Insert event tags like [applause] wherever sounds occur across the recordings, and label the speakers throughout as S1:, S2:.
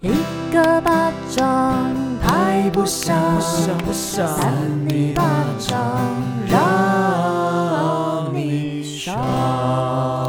S1: 一个巴掌拍不响，扇你巴掌让你爽。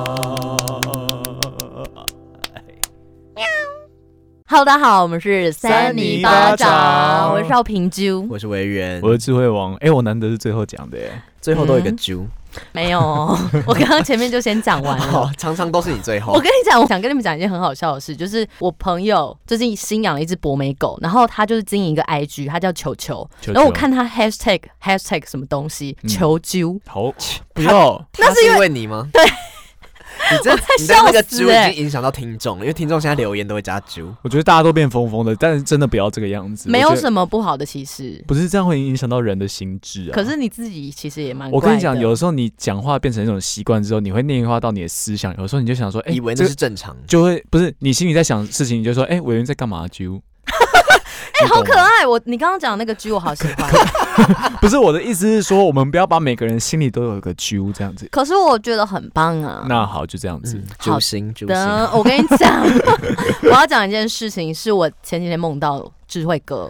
S1: Hello，大家好，我们是
S2: 三
S1: 米
S2: 米
S1: 巴
S2: 巴
S1: 掌，
S2: 掌
S1: 我是邵平啾，
S3: 我是维园，
S2: 我的智慧王，哎、我难得是最后讲的耶，
S3: 最后都有一个
S1: 嗯
S3: 揪，
S1: 没有，哦
S2: [laughs]
S1: 我刚刚前面就先讲
S3: [laughs]
S1: 完了。
S3: 哦，常常都是你最后
S1: 我。跟你讲，我想跟你们讲一件很好笑的事，就是我朋友最近新养了一只博美狗，然后他就是经营一个 IG，他叫球球，
S2: 球球
S1: 然后我看他 hashtag hashtag 什么东西，
S2: 嗯
S1: 球揪，
S2: 好，不要，
S3: 那是因为你吗？对，你这你的
S1: 笑
S3: 那个
S1: 死
S3: 揪
S1: 欸
S3: 已经影响到听众了，因为听众现在留言都会加揪。
S2: 我觉得大家都变疯疯的，但是真的不要这个样子，
S1: 没有
S2: 么，
S1: 什么不好的，其实。
S2: 不是这样会影响到人的心智啊。
S1: 可是你自己其实也蛮
S2: 我
S1: 怪的……
S2: 跟你讲，有时候你讲话变成一种习惯之后，你会内化到你的思想，有时候你就想说，哎、
S3: 以为
S2: 这
S3: 那
S2: 个
S3: 是正常，嗯
S2: 就会不是你心里在想事情，你就说，哎、委员在干嘛？揪，
S1: [laughs] 哎、好可
S2: 你懂吗。
S1: 爱！我你刚刚讲那个猪，我好喜
S2: [laughs]
S1: 欢。
S2: 不是我的意思是说，我们不要把每个人心里都有一个揪这样子。
S1: 可是我觉得很棒啊。
S2: 那好，就这样子
S3: 嗯。，揪心揪心。
S1: 等，我跟你讲， [laughs] 我要讲一件事情，是我前几天梦到智慧哥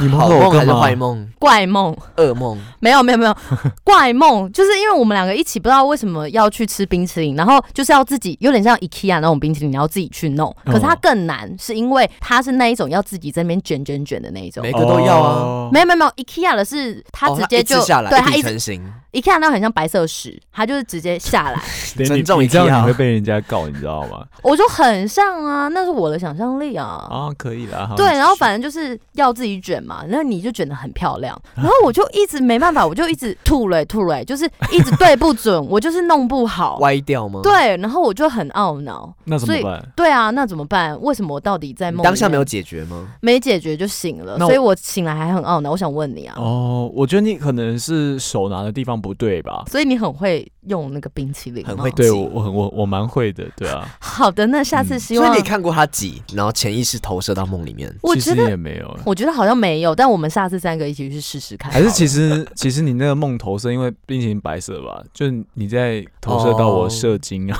S2: 你们
S3: 好
S2: 和我
S3: 梦还
S2: 干
S3: 是
S2: 嘛
S3: 坏？梦？
S1: 怪梦，
S3: 噩梦？
S1: 没有没有没有，怪梦就是因为我们两个一起不知道为什么要去吃冰淇淋，然后就是要自己有点像 IKEA 那种冰淇淋，然后自己去弄。可是它更难，是因为它是那一种要自己在那边卷卷卷的那一种
S3: 没。每个都要啊
S2: 哦
S1: 没有没有没有，IKEA 的是它
S3: 哦
S1: 直接
S3: 一次
S1: 就、
S3: 下来，
S1: 对它
S3: 一
S1: 一
S3: 体
S1: 直
S3: 成型。
S1: IKEA 那种很像白色石，它就是直接下来， [laughs]
S2: 对
S3: 尊
S2: 你
S3: 重
S2: 你
S3: 一
S2: 这
S3: 下
S2: 样你会被人家告，你知道吗？
S1: 我就很像啊，那是我的想象力啊。
S2: 啊，可以啦。好
S1: 对，然后反正就是要自己卷嘛，那你就卷得很漂亮，然后我就一直没办法，我就一直吐嘞吐嘞，就是一直对不准，我就是弄不好，
S3: 歪掉吗？，
S1: 对，然后我就很懊恼，
S2: 那怎
S1: 所
S2: 么
S1: 以
S2: 办？
S1: 对啊，那怎么办？为什么我到底在梦里
S3: 当下没有
S1: 面
S3: 解决吗？
S1: 没解决就醒了，
S2: 那
S1: 所以我醒来还很懊恼。我想问你啊，
S2: 哦，我觉得你可能是手拿的地方不对吧？
S1: 所以你很会用那个冰淇淋吗，
S3: 很会
S2: 对
S3: 挤
S2: 我，我很我我蛮会的，对
S3: [laughs]
S2: 啊。
S1: 好的，那下次
S2: 嗯
S1: 希
S3: 所以
S1: 望、
S3: 你看过他挤，然后潜意识投射到梦里面。
S1: 我
S2: 其
S1: 觉
S2: 实
S1: 得
S2: 也没
S3: [laughs]
S2: 有，
S1: 我觉得好像没有，但我们下次三个一起去试试看好
S2: 还
S1: 了。
S2: 是其实其实你那个梦投射，因为冰淇淋白色吧，就是你在投射到我
S3: 哦
S2: 射精啊。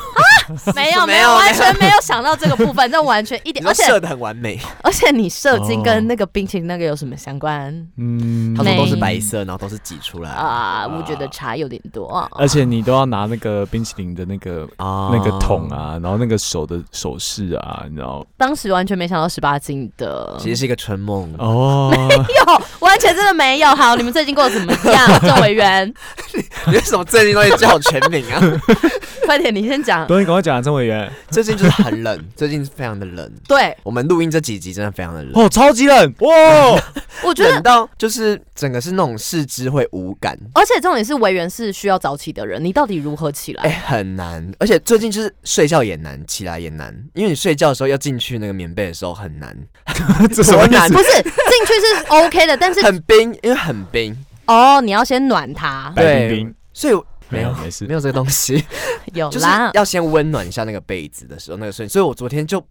S1: 没有
S3: 没
S1: 没有
S3: 有
S1: 完
S3: 没有
S1: 全没有想到这个部分，这完全一
S3: 你
S1: 点，
S3: 说
S1: 而且
S3: 射的很完美，
S1: 而且你射精
S2: 哦
S1: 跟那个冰淇淋那个有什么相关
S2: 嗯，
S3: 他说都是
S1: 没
S3: 白色，然后都是挤出来啊，
S1: 啊？我觉得茶有点多啊。
S2: 而且你都要拿那个冰淇淋的那个那
S3: 那
S2: 个桶。啊，然后那个手的手势啊，你知道
S1: 当时完全没想到十八禁的，
S3: 其实是一个春梦，
S2: 哦，
S1: 有，完全真的没有。好，你们最近过得怎么样，
S3: [laughs]
S1: 郑委员？
S3: 你 [laughs] 为什么最近都会叫我全名啊？ [laughs]
S1: 快点，你先讲。
S2: 东西赶快讲啊，郑委员
S3: 最近就是很冷， [laughs] 最近非常的冷。
S1: 对，
S3: 我们录音这几集真的非常的冷，
S2: [laughs] 哦，超级冷哇！
S1: 我觉
S3: 冷
S1: 得，
S3: 到就是整个是那种四肢会无感，
S1: 而且重点是委员是需要早起的人，你到底如何起来？
S3: [laughs] 哎、很难。而且最近就是睡觉也难，起来也难，因为你睡觉的时候要进去那个棉被的时候很难，
S2: [laughs] 这什么意
S3: 多难
S2: 思？
S1: 不是进去是 OK 的，但是
S3: 很冰，因为很冰。
S1: 哦，你要先暖它，
S2: 白
S3: 对
S2: 冰冰
S3: 所以我
S2: 没
S3: 没
S2: 有
S3: 有
S2: 没事
S3: 没。有这个东西，
S1: 有
S3: 就是
S1: 啦。
S3: 要先温暖一下那个被子的时候那个瞬间。所以我昨天就。 [laughs]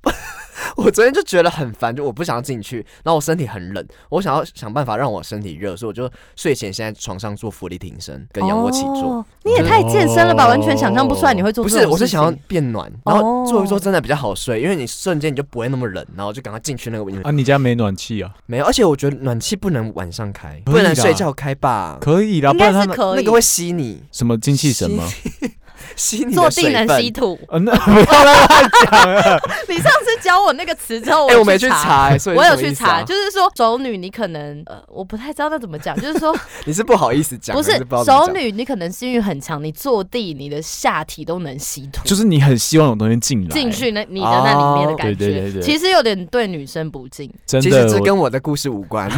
S3: 我昨天就觉得很烦，就我不想要进去，然后我身体很冷，我想要想办法让我身体热，所以我就睡前先在床上做浮力挺身跟仰卧起坐。
S1: 哦，你也太健身了吧！
S2: 哦
S1: 完全想象不出来你会做
S3: 不
S1: 这
S3: 是，
S1: 种
S3: 我是
S1: 事情
S3: 想要变暖，然后
S1: 哦
S3: 做一做真的比较好睡，因为你瞬间你就不会那么冷，然后就赶快进去那个温
S2: 啊，你家没暖气啊？
S3: 没有，而且我觉得暖气不能晚上开，
S2: 可以
S3: 不能
S2: 啦
S3: 睡觉开吧，
S2: 可以啦，
S1: 应
S2: 不
S1: 该
S2: 然他
S1: 是
S2: 那
S1: 可以
S3: 那个会吸你，
S2: 什么精气神吗？
S3: 吸你
S1: 做
S3: 的
S1: 定
S3: 水
S1: 能
S3: 分
S1: 稀。土。
S2: [laughs] 啊，那 [laughs] 不要乱讲啊！
S1: [laughs] 你上次教我那个词之后，
S3: 哎，
S1: 有
S3: 我没去
S1: 查。
S3: 查，哎所以
S1: 我
S3: 是
S1: 有
S3: 什么
S1: 去
S3: 意思啊
S1: 查，就是说熟女你可能呃，我不太知道那怎么讲，就是说
S3: 你是不好意思 [laughs] 讲，
S1: 不
S3: 还
S1: 是
S3: 是不知道怎么
S1: 熟
S3: 讲，
S1: 女你可能性欲很强，你坐地你的下体都能吸
S3: [laughs]
S1: 土，
S2: 就是你很希望有东西进来，
S1: 进去那你的那里面的感觉，
S2: 哦对对对对
S1: 其实有点对女生不敬。
S2: 真
S3: 其实
S2: 的
S3: 这
S2: 我
S3: 跟我的故事
S2: [laughs]
S3: 无关。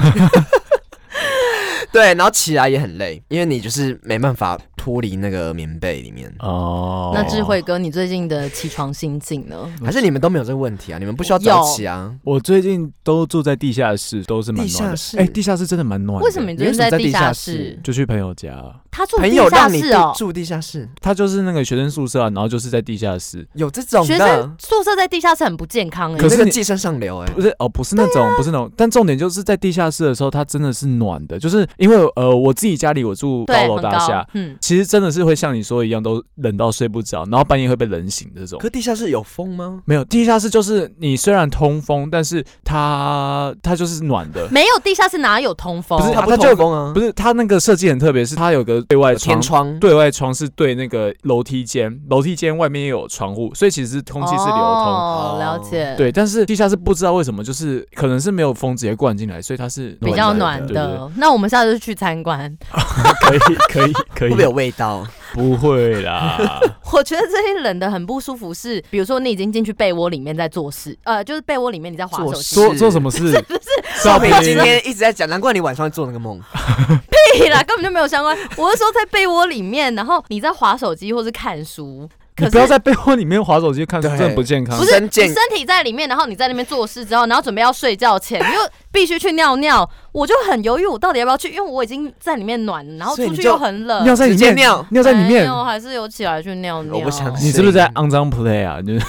S3: 对，然后起来也很累，因为你就是没办法脱离那个棉被里面。
S2: 哦，
S1: 那智慧哥，你最近的起床心境呢？
S3: 还是你们都没有这个问题啊？你们不需要早起啊？
S2: 我最近都住在地下室，都是蛮
S3: 地
S2: 暖
S3: 下
S2: 的。
S3: 室
S2: 哎、地下室真的蛮暖的。
S1: 为什么你
S3: 你
S1: 最
S3: 为
S1: 近
S3: 什么在
S1: 地
S3: 地
S1: 下
S3: 下
S1: 室
S3: 室？
S2: 就去朋友家，
S1: 他住
S3: 朋
S1: 地
S3: 友
S1: 下
S3: 让你
S1: 室
S3: 地
S1: 哦，
S3: 住地下室，
S2: 他就是那个学生宿舍、啊，然后就是在地下室，
S3: 有这种
S1: 学
S3: 的
S1: 生，宿舍在地下室很不健康哎、
S2: 可
S3: 可
S2: 是
S3: 是
S2: 你
S3: 寄生上流哎、
S2: 不是哦，不是那
S1: 啊
S2: 种，不是那种。但重点就是在地下室的时候，它真的是暖的，就是因为呃，我自己家里我住
S1: 欸对
S2: 高楼
S1: 很
S2: 大
S1: 高
S2: 厦。
S1: 嗯，
S2: 其实真的是会像你说一样，都冷到睡不着，然后半夜会被冷醒这种。
S3: 可地下室有风吗？
S2: 没有地下室，就是你虽然通风，但是它它就是暖
S1: [laughs]
S2: 的，
S1: 没有地下室哪有通风？
S2: 不是它
S3: 它不
S2: 不
S3: 透
S2: 透
S3: 风啊，
S2: 不是它那个设计很特别，是它有个对外
S3: 有
S2: 窗
S3: 天，窗。
S2: 对外窗是对那个楼梯间，楼梯间外面也有窗户，所以其实空气是流通。
S1: 哦
S3: 哦，
S1: 了解。
S2: 对，但是地下室不知道为什么，就是可能是没有风直接灌进来，所以它是
S1: 比较
S3: 暖
S1: 暖
S2: 的对
S1: 的，那我们下次就去参观。
S2: 可以可 [laughs] 以可
S3: 会
S2: 以
S3: 不，会有味道？
S2: 不会啦，
S1: [laughs]
S2: [laughs]
S1: 我觉得这些冷的很不舒服是，比如说你已经进去被窝里面在做事，呃，就是被窝里面你在划手
S3: 做
S1: 机
S3: 事
S2: 做做什么事？
S3: 少
S2: 少
S3: 平
S2: 平
S3: 今天一直在讲，难怪你晚上会做那个梦。 [laughs]
S1: 屁 [laughs] 啦，根本就没有相关。我是说在被窝里面，然后你在划手机或是看书，可
S2: 你
S1: 是
S2: 不要在被窝里面划手机看，
S3: 对
S2: 真的不健康
S1: 不。是
S3: 身
S1: 你
S3: 健
S1: 身体在里面，然后你在那边做事之后，然后准备要睡觉前，你就必须去尿尿，我就很犹豫，我到底要不要去？因为我已经在里面暖了，然后
S3: 所以
S1: 出
S3: 你
S1: 去
S3: 就
S1: 又很冷，
S2: 尿在里
S3: 直接
S2: 面
S3: 尿，
S2: 尿在里面
S1: 然，后还是有起来去尿尿，
S3: 我不相信
S2: 你是不是在肮脏 play 啊？就是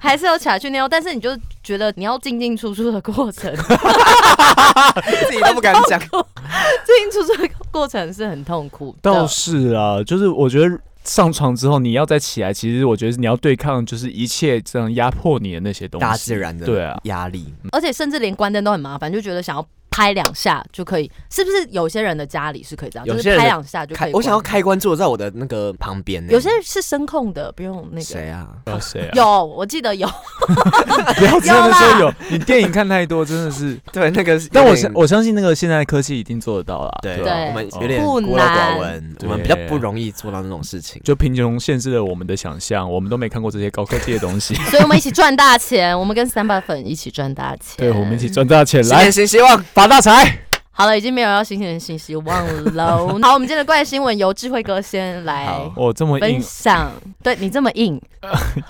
S1: 还是有起来去尿，但是你就觉得你要进进出出的过程，
S3: 自己都不敢
S2: [laughs]
S3: 讲。
S2: 啊
S1: [laughs] 进进出出的过程是很痛苦的。
S2: 倒是啊，就是我觉得上床之后你要再起来，其实我觉得你要对抗就是一切这样压迫你的那些东西。
S3: 大自然的
S2: 对啊，
S3: 压力，
S1: 而且甚至连关灯都很麻烦，就觉得想要拍两下就可以，是不是？有些人的家里是可以这样，
S3: 有
S1: 就
S3: 些
S1: 是
S3: 人
S1: 拍两下就可
S3: 开
S1: 以关。
S3: 我想要开关坐在我的那个旁边呢。
S1: 有些人是声控的，不用那个。
S3: 谁啊？
S2: 不知道谁啊？
S1: 有，我记得有，
S2: 不要真的
S1: 有啦
S2: 说有，你电影看太多真的 [laughs] 是。
S3: [laughs] 对，
S1: [laughs]
S3: 那个，
S2: 但我相我相信那个现在的科技一定做得到啦。
S3: 对
S2: 吧
S1: 对
S3: 我们
S2: 哦
S3: 有点
S1: 不
S3: 孤陋寡
S1: 难
S3: 闻，我
S2: 对
S3: 们比较不容易做到那种事情。
S2: 就贫穷限制了我们的想象，我们都没看过这些高科技的东西。
S3: 啊
S1: 所以我们一起赚大钱，我们跟三八粉一起赚大钱。
S2: [laughs] 对，我们一起。赚大 [laughs] 钱，
S3: 新
S2: 来
S3: 年新希望，
S2: 发大财。
S1: 好了，已经没有要新鲜的信息，忘
S3: [laughs]
S1: 了。好，我们今天的怪新闻由智慧哥先来
S2: [laughs]
S3: 好嗯
S2: 我这么
S1: 分
S2: 硬，
S1: 享。对你这么硬，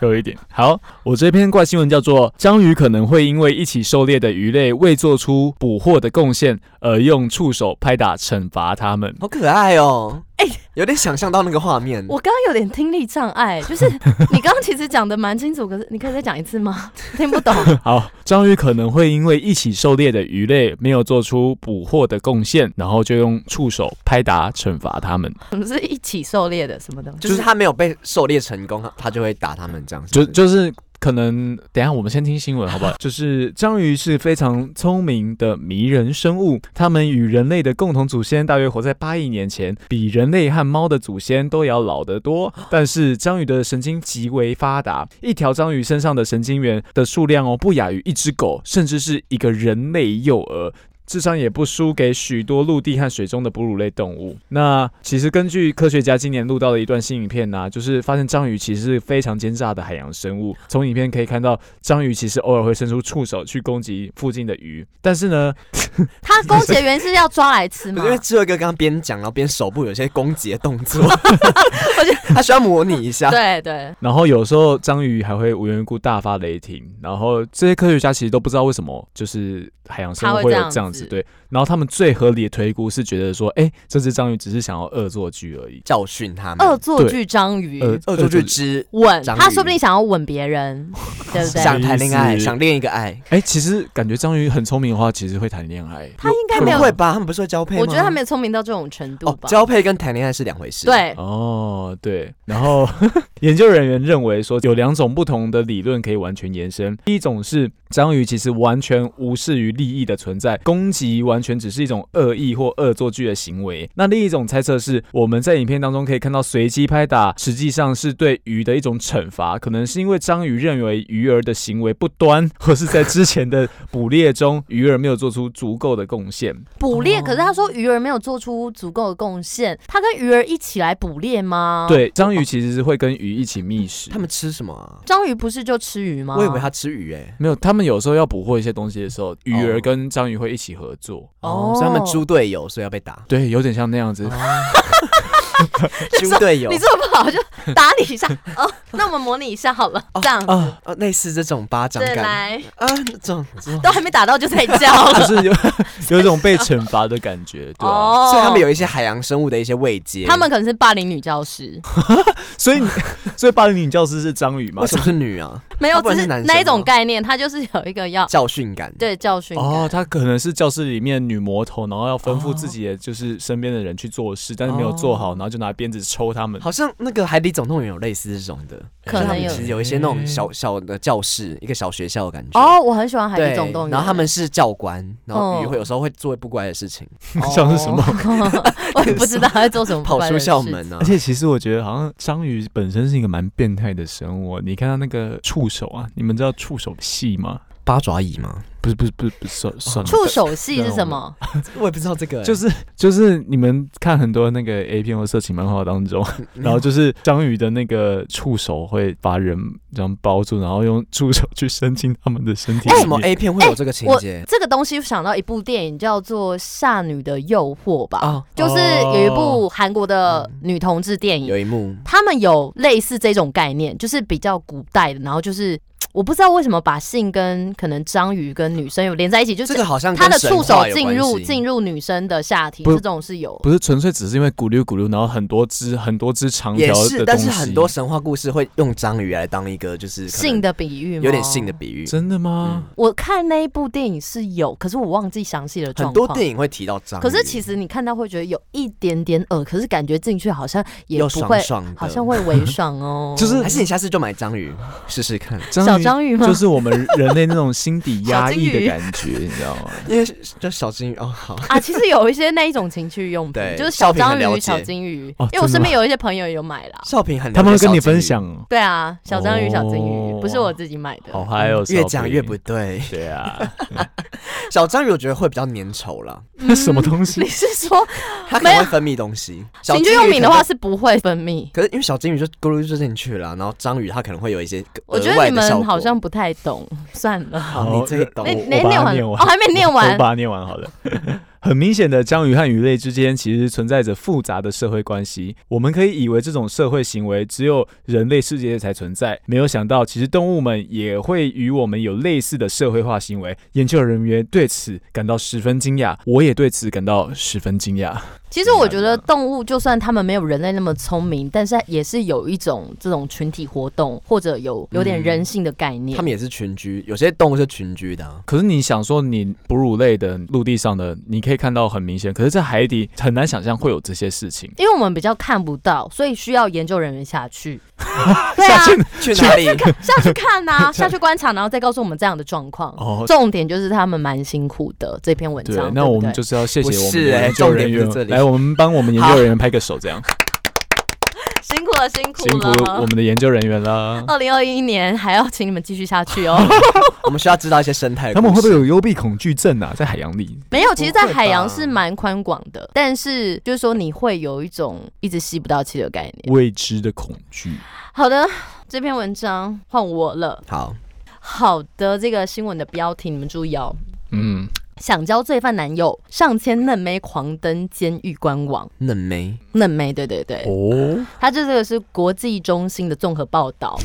S2: 有一点。好，我这篇怪新闻叫做《章鱼可能会因为一起狩猎的鱼类未做出捕获的贡献，而用触手拍打惩罚它 [laughs] 们》。
S3: 好可爱哦！
S1: 哎
S3: 有点想象到那个画面。
S1: 我刚刚有点听力障碍，就是你刚刚其实讲的蛮清楚，可是你可以再讲一次
S3: [laughs]
S1: 吗？听不懂。
S2: 好，章鱼可能会因为一起狩猎的鱼类没有做出捕获的贡献，然后就用触手拍打惩罚它们。
S1: 我们是一起狩猎的什么东西？
S3: 就是他没有被狩猎成功，他他就会打他们这样子。
S2: 就就是可能，等一下我们先听新闻好不好？就是章鱼是非常聪明的迷人生物，它们与人类的共同祖先大约活在八亿年前，比人类和猫的祖先都要老得多。但是章鱼的神经极为发达，一条章鱼身上的神经元的数量哦，不亚于一只狗，甚至是一个人类幼儿。智商也不输给许多陆地和水中的哺乳类动物。那其实根据科学家今年录到的一段新影片呢、啊就是发现章鱼其实是非常奸诈的海洋生物。从影片可以看到，章鱼其实偶尔会伸出触手去攻击附近的鱼，但是呢，
S1: 他勾结员是要抓来吃
S3: 不
S1: 吗
S3: [laughs] 是因？为智慧哥刚刚边讲，然后边手部有些攻击的动
S1: [laughs]
S3: 作，
S1: 觉
S3: [laughs] 他需要模拟一下。
S1: 对对，
S2: 然后有时候章鱼还会无缘无故大发雷霆，然后这些科学家其实都不知道为什么，就是海洋生
S1: 它
S2: 物
S1: 会
S2: 会
S1: 这
S2: 有
S1: 样
S2: 这样子
S1: 子
S2: 对。然后他们最合理的推估是觉得说，哎，这只章鱼只是想要恶作剧而已。
S3: 教训他们，
S1: 恶作剧章鱼
S2: 呃
S3: 恶作剧之
S1: 吻，
S3: 章鱼
S1: 他说不定想要吻别
S3: [laughs]
S1: 人，对不对？
S3: 想谈恋
S2: 什么
S3: 爱，
S2: 意思
S3: 想恋一个爱，
S2: 哎、其实感觉章鱼很聪明的话，其实会谈恋爱。
S1: 他应该
S3: 不
S1: 没有，
S3: 会吧？他们不是会交配吗？
S1: 我觉得他没有聪明到这种程度
S3: 哦，
S1: 吧。
S3: 交配跟谈恋爱是两回事。，
S1: 对，
S2: 哦，对。然后 [laughs] 研究人员认为说，有两种不同的理论可以完全延伸。第一种是章鱼其实完全无视于利益的存在，攻击完全只是一种恶意或恶作剧的行为。那另一种猜测是，我们在影片当中可以看到随机拍打，实际上是对鱼的一种惩罚，可能是因为章鱼认为鱼儿的行为不端，或是在之前的捕猎中鱼儿没有做出足够的贡献。
S1: 捕猎。
S3: 哦
S1: 可是他说鱼儿没有做出足够的贡献，他跟鱼儿一起来捕猎吗？，
S2: 对，章鱼其实是会跟鱼一起觅食。
S3: 他们吃什么啊？
S1: 章鱼不是就吃鱼吗？
S3: 我以为他吃鱼欸诶。
S2: 没有，他们有时候要捕获一些东西的时候，鱼
S3: 哦
S2: 儿跟章鱼会一起合作。
S1: 哦
S3: 所以他们猪队友，所以要被打。
S2: 对，有点像那样子。
S3: [laughs] 猪队友
S1: 哦你做不好就打你一
S3: [laughs]
S1: 下哦，那我们模拟一下好了，这样
S3: 啊，啊类似这种巴掌
S1: 对
S3: 感
S1: 来，
S3: 啊，这种这种，
S1: 都还没打到就在叫
S2: [laughs]
S1: 了
S3: [laughs] 啊
S2: 就是有 [laughs] 有一种被惩罚的感觉，对、啊
S1: 哦
S3: 所以他们有一些海洋生物的一些慰藉。
S1: 他们可能是霸凌女教师，
S2: 所以你，所以霸凌女教师是章鱼嘛
S3: 为？什么是女啊？
S1: 没有，
S3: 不
S1: 只
S3: 然是
S1: 是
S3: 男生
S1: 那一种
S3: 吗
S1: 概念，它就是有一个要 [laughs]
S3: 教训感。
S1: 对教训感。
S2: 哦，她可
S3: 哦
S2: 能是教室里面女魔头，然后要吩咐自己的就是身边的人去做事，但是没有做好，然后后就拿鞭子抽他 [laughs] 们。
S3: 好像那个《海底总动员》有类似这种的，
S1: 可能有嗯
S3: 就是他们其实有一些那种小小的教室，一个小学校的感觉。
S1: 哦，我很喜欢《海
S3: 对
S1: 底总动员》，
S3: 然后他们是教官，然后
S1: 嗯
S3: 鱼会有时候会做不乖的事情，
S2: 像是什么
S1: 哦？ [laughs] 我也不知道在做什么，
S3: [laughs] 跑出校。门啊
S2: [laughs] 而。且其实我觉得，好像章鱼本身是一个蛮变态的生物哦。你看它那个触手啊，你们知道触手系吗？
S3: 八爪蚁吗？
S2: 不是不是不是不是算算了，
S1: 触手戏是什么？
S3: 我也不知道这个欸，
S2: 就是就是你们看很多那个 A 片或色情漫画当中，
S3: 嗯
S2: [laughs] 然后就是章鱼的那个触手会把人这样包住，然后用触手去伸进他们的身体
S3: 为
S2: 里
S3: 什么哎
S2: 面。
S3: A 片会有这个情
S1: 我
S3: 节
S1: 这个东西想到一部电影叫做《夏女的诱惑》吧，
S3: 啊？
S1: 就是有一部韩国的女同志电影
S3: 有，一幕
S1: 他们有类似这种概念，就是比较古代的，然后就是。我不知道为什么把性跟可能章鱼跟女生有连在一起，就
S3: 这
S1: 是
S3: 个好像
S1: 他
S3: 嗯跟
S1: 的
S3: 神
S1: 触手
S3: 话有
S1: 进
S3: 关
S1: 入
S3: 系
S1: 进入女生的下体，
S2: 不
S1: 这
S2: 是
S1: 种是有。
S2: 不是纯粹只是因为咕噜咕噜，然后很多只很多只长条
S3: 也
S2: 的东西，
S3: 是，但是很多神话故事会用章鱼来当一个就是可能
S1: 性的比喻吗？
S3: 有点性的。比喻，
S2: 真的吗？
S3: 嗯
S1: 我看那一部电影是有，可是我忘记详细的状
S3: 很
S1: 况。
S3: 多电影会提到章鱼，
S1: 可是其实你看到会觉得有一点点恶，可是感觉进去好像也
S3: 又
S1: 不会，
S3: 爽爽的，
S1: 好像会
S3: [laughs]
S1: 微爽哦。
S2: 就是
S3: 还是你下次就买章鱼试试看，
S1: 小章鱼吗
S2: 就是我们人类那种心
S3: [laughs]
S2: 底压抑
S1: 小金
S2: 的
S1: 鱼
S2: 感觉，你知道吗？
S3: 因为就小金鱼哦，好，
S1: 啊，其实有一些那一种情趣用品，
S3: 对
S1: 就是小章
S3: 少平很
S1: 鱼、
S3: 了解
S1: 小金鱼，
S2: 哦
S1: 因为我
S2: 真的吗
S1: 身边有一些朋友有买啦。
S3: 少平很了解
S2: 他们会跟你
S3: 小金鱼
S2: 分，享，
S1: 对啊，小章鱼、小金鱼
S2: 哦
S1: 不是我自己买的。
S2: 好嗨哦！
S3: 越
S2: 少
S3: 讲
S2: 平
S3: 越不对，
S2: 对啊， [laughs]
S3: 小章鱼我觉得会比较粘稠啦，
S1: 嗯
S2: 什么东西
S1: 你是说
S3: 它可
S1: 没
S3: 能
S1: 有
S3: 会分泌东西，小
S1: 情
S3: 金
S1: 趣
S3: 鱼
S1: 用品的
S3: 可
S1: 话
S3: 能。
S1: 是不会分泌？
S3: 可是因为小金鱼就咕噜就进去了，然后章鱼它可能会有一些
S1: 我觉
S3: 额
S1: 得
S3: 外
S1: 你
S3: 的
S1: 们
S3: 效果
S1: 好像不太懂， [laughs] 算了。
S3: 好你这一懂
S1: 你
S2: 我
S1: 你
S2: 我把
S1: 念
S2: 它
S1: 完
S2: 念
S1: 哦，
S2: 完
S1: 还没念
S2: 我
S1: 完
S2: 我。把它念完好了。 [laughs] 很明显的，章鱼和鱼类之间其实存在着复杂的社会关系。我们可以以为这种社会行为只有人类世界才存在，没有想到其实动物们也会与我们有类似的社会化行为。研究人员对此感到十分惊讶，我也对此感到十分惊讶。
S1: 其实我觉得动物就算它们没有人类那么聪明，但是也是有一种这种群体活动或者有有点人性的概念。
S3: 他们也是群居，有些动物是群居
S1: [laughs]
S3: 的啊、
S2: 可是你想说，你哺乳类的陆地上的，你可以看到很明显，可是，在海底很难想象会有这些事情。
S1: 因为我们比较看不到，所以需要研究人员下
S2: [laughs]
S1: 去。对啊
S2: 下，去
S3: 去哪里？ [laughs]
S1: 下去
S2: [laughs]
S1: 看呐、下去观察，然后再告诉我们这样的状况。
S2: 哦，
S1: 重点就是他们蛮辛苦的这篇文
S2: 对
S1: 章。，
S2: 那
S1: 对不
S2: 我们
S1: 对
S2: 就是要谢谢
S3: 不
S2: 我
S3: 是
S2: 们的
S3: 欸
S2: 研究人
S3: 重点不是这
S2: 员，
S3: 里
S2: 来，我们帮我们研究人员拍个手，这样
S1: 辛苦了，辛苦
S2: 辛苦我
S1: 了。
S2: 们的研究人员啦。
S3: 哦
S1: 二零二一年还要请你们继续下去哦。
S3: 我们需要知道一些生态。
S2: 他们会不会有幽闭恐惧症啊？在海洋里，
S1: 没有，其实，在海洋
S3: 不会吧
S1: 是蛮宽广的，但是就是说你会有一种一直吸不到气的概念。
S2: 未知的恐惧，
S1: 好的，这篇文章换我了。
S3: 好？
S1: 好的，这个新闻的标题你们注意哦。
S2: 嗯，
S1: 想交罪犯男友，上千嫩妹狂登监狱官网。
S3: 嫩梅
S1: 嫩妹，对对对，
S2: 哦，
S1: 它这这个是国际中心的综合报
S3: [laughs]
S1: 道。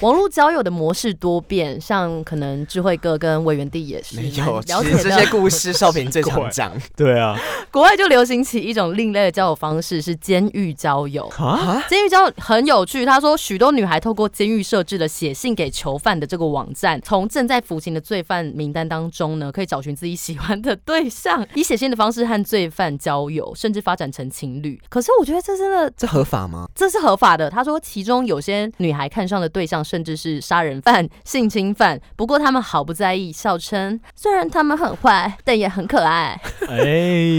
S1: 网络交友的模式多变，像可能智慧哥跟委员弟也是
S3: 没
S1: 蛮
S3: 有，
S1: 了
S3: 其
S1: 解
S3: 实这些
S1: 的。
S3: 故事少平最
S2: 奇
S3: 常
S2: 怪
S3: 讲
S2: [laughs] 对啊，
S1: 国外就流行起一种另类的交友方式，是监狱交友。
S2: 啊，
S1: 监狱交友很有趣，他说许多女孩透过监狱设置的写信给囚犯的这个网站，从正在服刑的罪犯名单当中呢，可以找寻自己喜欢的对象，以写信的方式和罪犯交友，甚至发展成情侣。可是我觉得这真的
S3: 这合法吗？
S1: 这是合法的。他说，其中有些女孩看上的对象甚至是杀人犯、性侵犯，不过他们毫不在意，笑称虽然他们很坏，但也很可爱。
S2: 哎，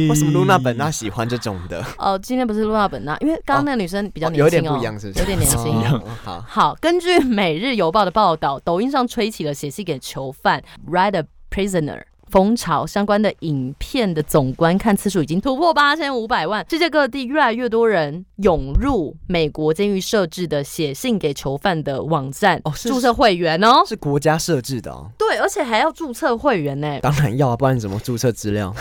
S3: 为什么露娜本娜喜欢这种的？
S1: 哦，今天不是露娜本娜，因为刚刚那个女生比较
S3: 哦
S1: 年轻、哦
S3: 有点不一样，是不是？
S1: 有点年轻。
S3: 哦好，
S1: 好，根据《每日邮报》的报道，抖音上吹起了写信给囚犯 “Write a Prisoner” 风潮，相关的影片的总观看次数已经突破八千五百万。世界各地越来越多人涌入美国监狱设置的写信给囚犯的网站，
S3: 哦是
S1: 注册会员哦。
S3: 是国家设置的哦。
S1: 对，而且还要注册会员呢、
S3: 当然要啊，不然怎么注册资料？
S2: 哦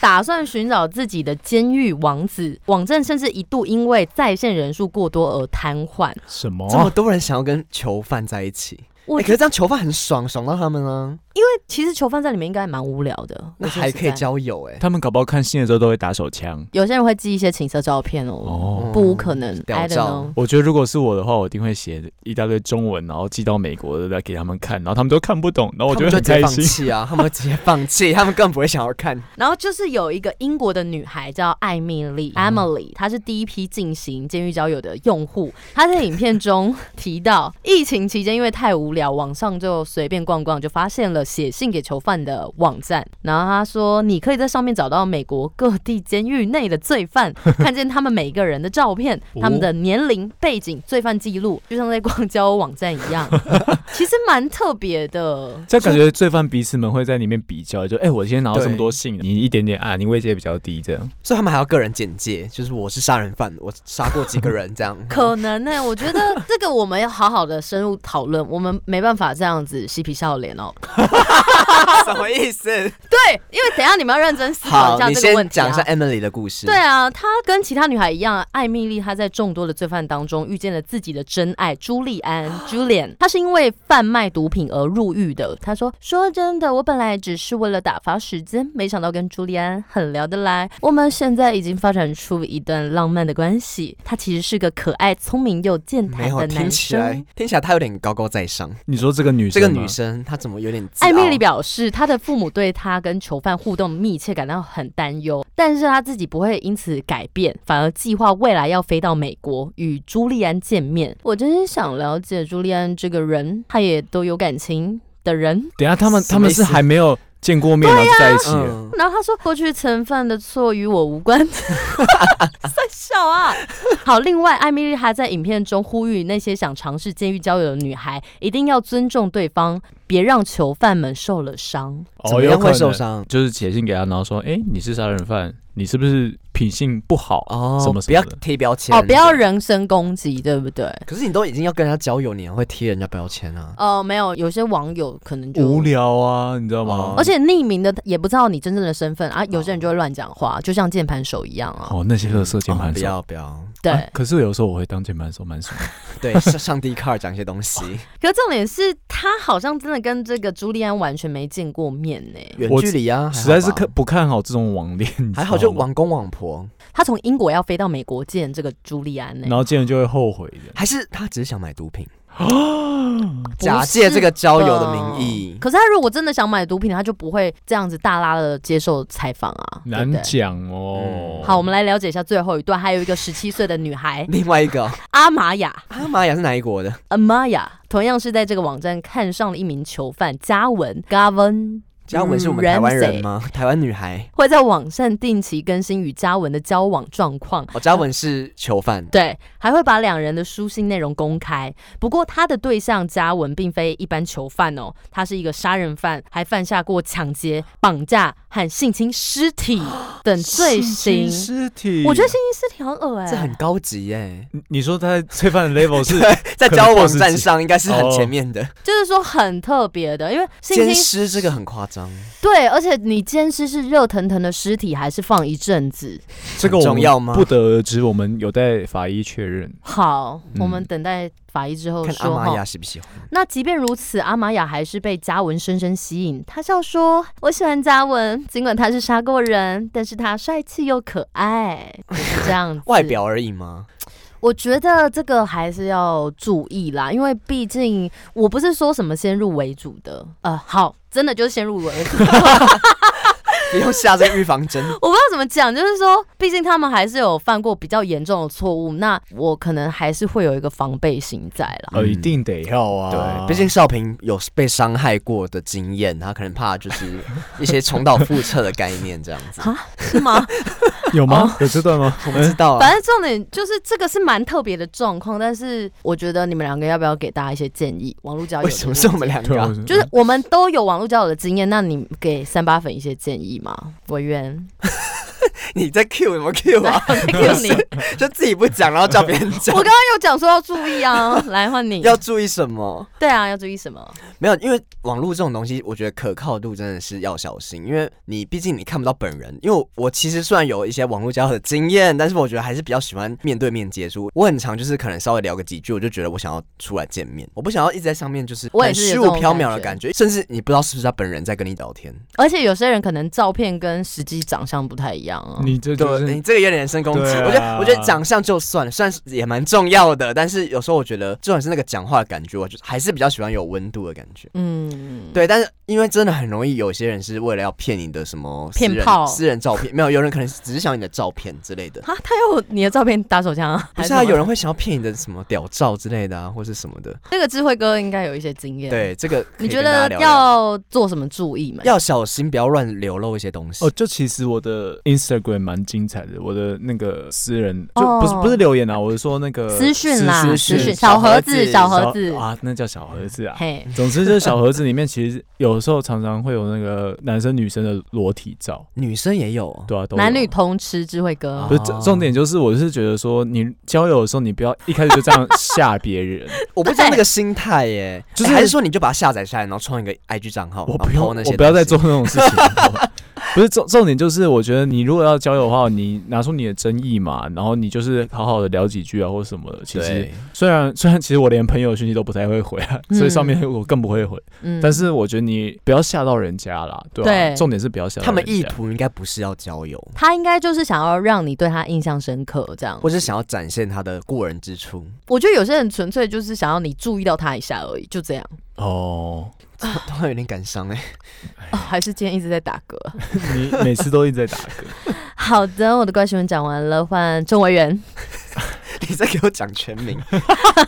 S1: 打算寻找自己的监狱王子，网站甚至一度因为在线人数过多而瘫痪。
S2: 什
S3: 这么
S2: 么？
S3: 多人想要跟囚犯在一起，
S1: 我哎
S3: 哎，可是这样囚犯很爽，爽到他们啊！
S1: 因为其实囚犯在里面应该蛮无聊的，
S3: 那
S1: 我说
S3: 还
S1: 实
S3: 可
S1: 在。
S3: 以交友哎、
S2: 他们搞不好看戏的时候都会打手枪。
S1: 有些人会寄一些情色照片哦，
S2: 哦，
S1: 不无可能。
S3: 屌
S1: I don't
S3: 照
S1: know。
S2: 我觉得如果是我的话，我一定会写一大堆中文，然后寄到美国的来给他们看，然后他们都看不懂，然后我
S3: 他
S2: 觉
S3: 们
S2: 得
S3: 就
S2: 很
S3: 直接
S2: 开
S3: 放
S2: 心。
S3: 弃啊，他们会直接放弃，他们更不会想要看。
S1: 然后就是有一个英国的女孩叫艾米丽 （Emily），她是第一批进行监狱交友的用户。她在影片中提到，疫情期间因为太无聊，网上就随便逛逛，就发现了写信给囚犯的网站。然后她说，你可以在上面找到美国各地监狱内的罪犯，看见他们每一个人的照片、他们的年龄、背景、罪犯记录，就像在逛交友网站一样。其实蛮特别的。
S2: 这样感觉罪犯彼此们会在里面比较，就哎、我今天拿到这么
S3: 对
S2: 多信，你一点点啊，你位阶比较低，这样
S3: 所以他们还要个人简介，就是我是杀人犯，我杀过几个人这样。
S1: [laughs] 可能呢、我觉得这个我们要好好的深入讨论，我们没办法这样子嬉皮笑脸哦。
S3: 什么意思？
S1: [laughs] 对，因为等一下你们要认真思考
S3: 好
S1: 一，下
S3: 你
S1: 这个
S3: 先
S1: 问题、
S3: 讲一下嗯
S1: 啊。
S3: Emily 的故事。
S1: 对，啊，她跟其他女孩一样，艾米丽她在众多的罪犯当中遇见了自己的真爱朱利安 [gasps] （Julian）。她是因为贩卖毒品而入狱的。她说：“说真的，我本来只是为了打发时间，没想到跟朱利安很聊得来。我们现在已经发展出一段浪漫的关系。他其实是个可爱、聪明又健
S3: 没
S1: 谈
S3: 有
S1: 的
S3: 听
S1: 男
S3: 起
S1: 生。”
S3: 来，听起来她有点高高在上。
S2: 你说这个女
S3: 这
S2: 生
S3: 个
S2: 吗，
S3: 女生她怎么有点自傲
S1: 艾米丽表示，她的父母对她跟囚犯互动密切感到很担忧，但是她自己不会因此改变，反而计划未来要飞到美国与朱利安见面。我真是想了解朱利安这个人，他也都有感情的人。
S2: 等一下他们
S3: 什么
S2: 他们
S3: 意思
S2: 是还没有见过面，然后就在一起了。
S3: 嗯，
S1: 然后她说，过去曾犯的错与我无 [laughs] 关，三小啊。好，另外，艾米丽还在影片中呼吁那些想尝试监狱交友的女孩，一定要尊重对方，别让囚犯们受了伤。
S3: 怎么
S2: 哦有
S3: 样
S2: 可
S3: 会
S2: 能
S3: 受伤？
S2: 就是写信给他，然后说，哎、你是杀人犯，你是不是品性不好？
S3: 哦，
S2: 什么
S3: 不要
S2: 什么的
S3: 贴标签
S1: 哦，不要。人身攻击，对不对？
S3: 可是你都已经要跟人家交友，你还会贴人家标签啊？
S1: 哦，没有，有些网友可能就
S2: 无，聊啊，你知道吗
S3: 哦？
S1: 而且匿名的也不知道你真正的身份啊，有些人就会乱讲话，就像键盘手一样啊。
S2: 哦，那些垃圾键
S3: 哦
S2: 盘
S3: 不
S2: 手、
S3: 要不要，
S1: 对，
S2: 啊可是有时候我会当键盘手，蛮爽的。
S3: 对，上 [laughs] 上帝卡尔讲一些东西，
S1: 可重点是他好像真的跟这个朱利安完全没见过面呢。
S3: 远
S2: 我
S3: 距离啊，
S2: 实在是
S3: 可
S2: 看不看好这种网恋，你知道
S3: 还好就
S2: 吗，
S3: 网公网婆，
S1: 他从英国要飞到美国见这个朱利安
S2: 然
S1: 呢，
S2: 后见了就会后悔的。
S3: 还是他只是想买毒品，
S1: 不
S3: 假借
S1: 是
S3: 这个交友的
S1: 吧
S3: 名义。
S1: 可是他如果真的想买毒品，他就不会这样子大拉的接受采访啊，对不
S2: 难
S1: 对？
S2: 讲哦、
S3: 嗯
S1: 好，我们来了解一下最后一段，还有一个十七岁的女孩
S3: 另外一个 [laughs] 哦
S1: 阿玛雅。
S3: 阿玛雅是哪一国的？
S1: Amaya 同样是在这个网站看上了一名囚犯嘉文 Gavin，
S3: 嘉文是我们台湾人吗？台湾女孩
S1: 会在网站定期更新与嘉文的交往状况。
S3: 哦，嘉文是囚犯，
S1: 对，还会把两人的书信内容公开。不过，他的对象嘉文并非一般囚犯哦，他是一个杀人犯，还犯下过抢劫、绑架和性侵尸 [gasps] 体等罪行
S2: 性侵。尸体，哎
S1: 我觉得性侵尸体很恶哎、
S3: 这很高级耶，
S2: 你你说他在罪犯的 level
S3: [laughs]
S2: 是
S3: 在
S2: 可能
S3: 交友网
S2: 不是
S3: 站
S2: 自己
S3: 上应该是很
S2: 哦
S3: 前面的。
S1: 就是说很特别的，因为性
S3: 奸
S1: 侵
S3: 尸这个很夸张，
S1: 对，而且你奸尸是热腾腾的尸体，还是放一阵子？
S2: 这个我们
S3: 重要吗
S2: 不得而知，我们有待法医确认。
S1: 好，
S2: 嗯
S1: 我们等待法医之后
S3: 看阿
S1: 哦说
S3: 玛
S1: 哈
S3: 雅。喜不喜欢。
S1: 那即便如此，阿玛雅还是被嘉文深深吸引。他笑说：“我喜欢嘉文，尽管他是杀过人，但是他帅气又可爱。”就是这样子。
S3: [laughs] 外，表而已吗？
S1: 我觉得这个还是要注意啦，因为毕竟我不是说什么先入为主的。呃，好，真的就是先入为主。
S3: 不用下这个预
S1: [laughs]
S3: 防针。
S1: 我不知道怎么讲，就是说，毕竟他们还是有犯过比较严重的错误，那我可能还是会有一个防备心在啦。
S2: 呃，
S3: 嗯
S2: 一定得要啊，
S3: 对，
S1: 哦
S3: 毕竟少平有被伤害过的经验，他可能怕就是一些重蹈覆辙的概念这样子。
S1: 啊，是吗？
S2: 有吗？有这段吗？[laughs]
S3: 哦 [laughs] 我不知道
S1: [laughs]
S3: 啊
S1: 反，正重点就是这个是蛮特别的状况，但是我觉得你们两个要不要给大家一些建议？网络交友
S3: 为
S1: 的
S3: 什么是我们两个啊？
S2: 就
S1: 就是我们
S3: [laughs]
S1: 都有网络交友的经验，那你给三八粉一些建议吗？委员，
S3: 你在 Q 什么 Q 啊？
S1: [laughs] Q
S3: [laughs]
S1: 你，
S3: 就自己不讲，然后叫别人讲
S1: 我。刚刚有讲说要注意啊，来换你。
S3: [laughs] 要注意什么？
S1: 对啊，要注意什么？
S3: 没有，因为网络这种东西，我觉得可靠度真的是要小心，因为你毕竟你看不到本人。因为我我其实虽然有一些网络交友的经验，但是我觉得还是比较喜欢面对面接触。我很常就是可能稍微聊个几句，我就觉得我想要出来见面，我不想要一直在上面就是
S1: 我也
S3: 很
S1: 是有
S3: 虚
S1: 这
S3: 无
S1: 种
S3: 缥缈的感
S1: 感
S3: 觉，甚至你不知道是不是他本人在跟你聊天。
S1: 而且有些人可能照片跟实际长相不太一样啊。
S2: 你这就
S3: 嗯对，
S2: 是
S3: 你这个有点人身攻击。
S2: 对啊
S3: 我觉得，我觉得长相就算了，虽然是也蛮重要的，但是有时候我觉得，就算是那个讲话的感觉，我就还是比较喜欢有温度的感觉。
S1: 嗯，
S3: 对，但是因为真的很容易，有些人是为了要骗你的什么私人
S1: 骗炮
S3: 私人照片，没有，有人可能只是想你的照片之类的。
S1: 啊，他有你的照片打手枪啊？
S3: 不是
S1: 还
S3: 啊，
S1: 什么
S3: 有人会想要骗你的什么屌照之类的啊，或是什么的。
S1: 这个智慧哥应该有一些经验。，
S3: 对，这个可以
S1: 你觉
S3: 跟大家
S1: 得
S3: 聊聊
S1: 要做什么注意吗？
S3: 要小心，不要乱流露一些东西。
S2: 哦，就其实我的 Instagram 蛮精彩的，我的那个私人就
S1: 哦
S2: 不是不是留言啊，我是说那个
S1: 私讯啦，
S2: 私
S1: 私
S2: 讯
S1: 讯
S3: 呃小
S1: 小
S3: 盒
S1: 盒
S3: 子
S1: 子，小盒
S2: 小
S1: 子，
S2: 啊，那叫小盒子啊。
S1: 嘿，
S2: 总之，这小盒子里面其实有时候常常会有那个男生女生的裸体照，
S3: 女生也有哦，
S2: 对啊，都有
S1: 男女通吃智慧哥
S3: 啊
S2: 不是重重点就是，我是觉得说，你交友的时候，你不要一开始就
S1: [laughs]
S2: 这样吓别人，
S3: 我不知道那个心态耶，
S2: 就
S3: 欸
S2: 是
S3: 还是说你就把它下载下来，然后创一个 IG 账号，
S2: 我
S3: 然后
S2: 不用，
S3: po 那些
S2: 我不要再
S3: 东西
S2: 做那种事情。好
S3: [laughs]
S2: 吧 [laughs] 不是重重点就是，我觉得你如果要交友的话，你拿出你的真意嘛，然后你就是好好的聊几句啊，或什么的。其实
S3: 对
S2: 虽然虽然其实我连朋友讯息都不太会回啊，所以上面我更不会回。
S1: 嗯
S2: [laughs] 但是我觉得你不要吓到人家啦，对吧、
S1: 对
S2: 重点是不要吓到
S3: 他们
S2: 人
S3: 意
S2: 家
S3: 图应该不是要交友，
S2: 嗯
S1: 他应该就是想要让你对他印象深刻，这样
S3: 或。是想要展现他的过人之处。
S2: [laughs]
S1: 我觉得有些人纯粹就是想要你注意到他一下而已，就这样。
S3: [laughs]
S2: 哦，
S3: 突然有点感伤哎，
S1: 哦，还是今天一直在打嗝。
S2: 你每次都一直在打
S3: [laughs]
S2: 嗝。
S1: 好的，我的怪新闻讲完了，换郑委员。
S3: [laughs] 你在给我讲全名。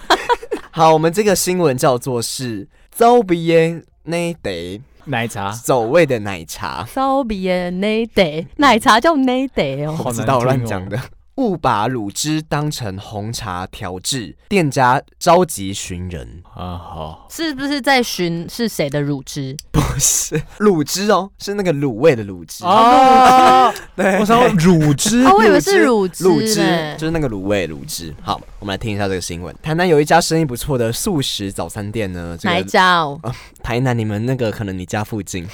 S3: [laughs] 好，我们这个新闻叫做是遭鼻炎那得
S2: 奶
S3: [laughs]
S2: 茶
S3: 所谓的奶茶，
S1: 骚鼻耶内得奶茶叫内得哦，
S2: 好
S3: 我不知
S2: 难
S3: 道我
S2: 听
S3: 乱
S2: 哦
S3: 讲的。误把乳汁当成红茶调制，店家着急寻
S2: [laughs]
S3: 人。
S2: 啊，
S3: 哦
S2: 好，
S1: 是不是在寻是谁的乳汁？
S3: 不是乳汁哦，是那个卤味的卤汁。
S2: 哦，
S3: 对，
S2: 我想
S3: [laughs]
S2: 说乳汁
S1: 啊，我以为是乳汁
S3: 卤汁
S1: 嘞
S3: 就。是那个卤味卤汁。好，我们来听一下这个新闻。台南有一家生意不错的素食早餐店呢，这
S1: 哪一
S3: 个
S1: 家哦？
S3: 台南你们那个可能你家
S1: [laughs]
S3: 附近，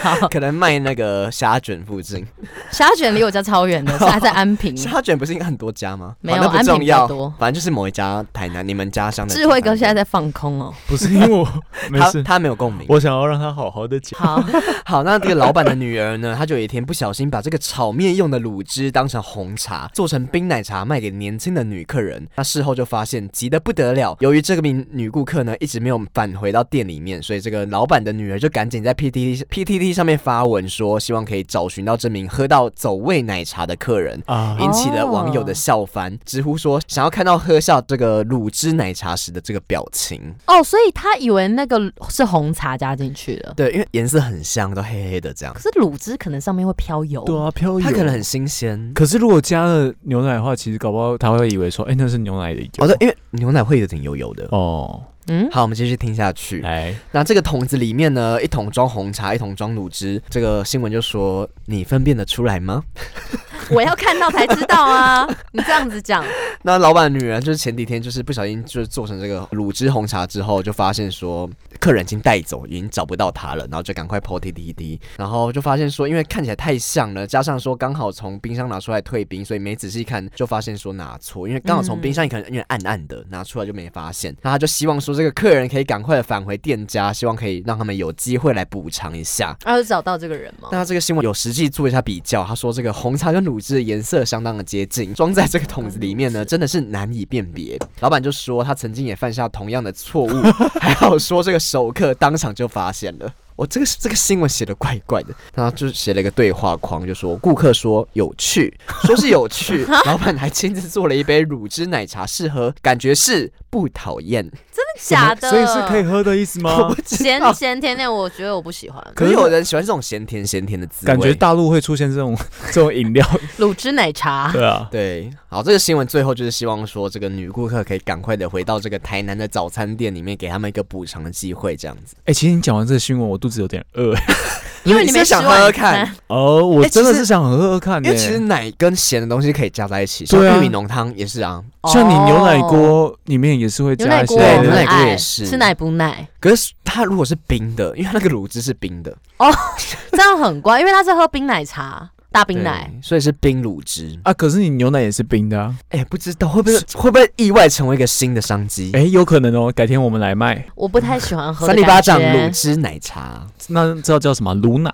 S1: 好，
S3: 可能卖那个虾卷附近，
S1: 虾卷离我家超远的，是还在安平。
S3: 虾卷不是应该很多家吗？
S1: 嗯没有
S3: 好那不
S1: 安平
S3: 重
S1: 比
S3: 要
S1: 较多，
S3: 反正就是某一家台南你们家乡的
S1: 智慧哥现在
S3: 在
S1: 在放空哦。
S2: 不是因为我没
S3: [laughs] 他
S2: 事，
S3: 他没有共鸣。
S2: 我想要让他好好的讲。
S1: 好，
S3: 好，那这个老板的女儿呢，她就有一天不小心把这个炒面用的卤汁当成红茶，做成冰奶茶卖给年轻的女客人。那事后就发现急得不得了，由于这名女顾客呢一直没有返回到店里面，所以这个老板的女儿就赶紧在 PTT PTT 上面发文说，希望可以找寻到这名喝到走味奶茶的客人。
S2: 啊
S3: 引起了网友的笑翻，直呼说想要看到喝下这个卤汁奶茶时的这个表情。
S1: [laughs] 哦，所以他以为那个是红茶加进去
S3: [laughs]
S1: 的，
S3: 对，因为颜色很像，都黑黑的这样
S1: 可，是卤汁可能上面会飘油。
S2: 对啊，飘
S3: 它
S2: 油。
S3: 可能很新鲜。
S2: 可是如果加了牛奶的话，其实搞不好他会以为说，哎，那是牛奶的油。
S3: 哦，对，因为牛奶会有点油油的。
S2: 哦，
S1: 嗯，
S3: [laughs] 好，我们继续听下去。
S2: 来，
S3: 那这个桶子里面呢，一桶装红茶，一桶装卤汁。这个新闻就说，你分辨得出来吗？
S1: 我要看到才知道啊！ [laughs] 你这样子讲，
S3: [laughs] 那老板女人就是前几天就是不小心就是做成这个卤汁红茶之后，就发现说客人已经带走，已经找不到她了，然后就赶快 PO T T T，然后就发现说，因为看起来太像了，加上说刚好从冰箱拿出来退冰，所以没仔细看就发现说拿错，因为刚好从冰箱里可能因为暗暗的拿出来就没发现，那他就希望说这个客人可以赶快的返回店家，希望可以让他们有机会来补偿一下。
S1: 然后就找到这个人吗？
S3: 那这个新闻有实际做一下比较，他说这个红茶跟乳汁的颜色相当的接近，装在这个桶子里面呢，真的是难以辨别。老板就说他曾经也犯下同样的错误，还好说这个熟客当场就发现了。我、这个这个新闻写的怪怪的，然后就是写了一个对话框，就说顾客说有趣，说是有趣，老板还亲自做了一杯乳汁奶茶试喝，感觉是不讨厌。
S1: 假的，
S2: 所以是可以喝的意思吗 [laughs]
S3: 我？不知
S1: 咸
S3: 道，
S1: 咸甜甜，我觉得我不喜欢
S3: 可是有人喜欢这种咸甜咸甜的滋味，
S2: 感觉大陆会出现这种这种饮料，
S1: 卤汁奶茶。
S2: 对啊，
S3: 对，好，这个新闻最后就是希望说，这个女顾客可以赶快的回到这个台南的早餐店里面，给他们一个补偿的机会，这样子。
S2: [laughs] 哎、其实你讲完这个新闻，我肚子有点饿、欸，
S1: 因为你没
S3: 是
S1: 吃
S3: 想
S1: 完
S3: 喝
S1: [laughs]
S3: 喝看。
S2: 哦，我
S3: 欸
S2: 真的
S3: 其实
S2: 是想喝喝看、欸，
S3: 因为其实奶跟咸的东西可以加在一起，像
S2: 对啊
S3: 玉米浓汤也是啊。
S2: 像你牛奶
S1: 哦、
S2: 锅里面也是会
S1: 牛
S2: 加
S1: 奶
S2: 一些
S1: 锅我
S3: 对
S1: 很
S3: 哦牛奶锅
S1: 爱
S3: 也是
S1: 吃奶补奶，
S3: 可是它如果是冰的，因为它那个卤汁是冰的，
S1: 这样很怪，因为他是喝冰奶茶，大冰奶。
S3: 对，所以是冰卤汁。
S2: 啊，可是你牛奶也是冰的啊，
S3: 哎、不知道会不会会不会意外成为一个新的商机？
S2: 哎、有可能哦，改天我们来卖，
S1: 我不太喜欢喝
S3: 三
S1: 的
S3: 里八掌
S1: 感觉
S3: 卤汁奶茶、
S2: 那知道叫什么卤奶，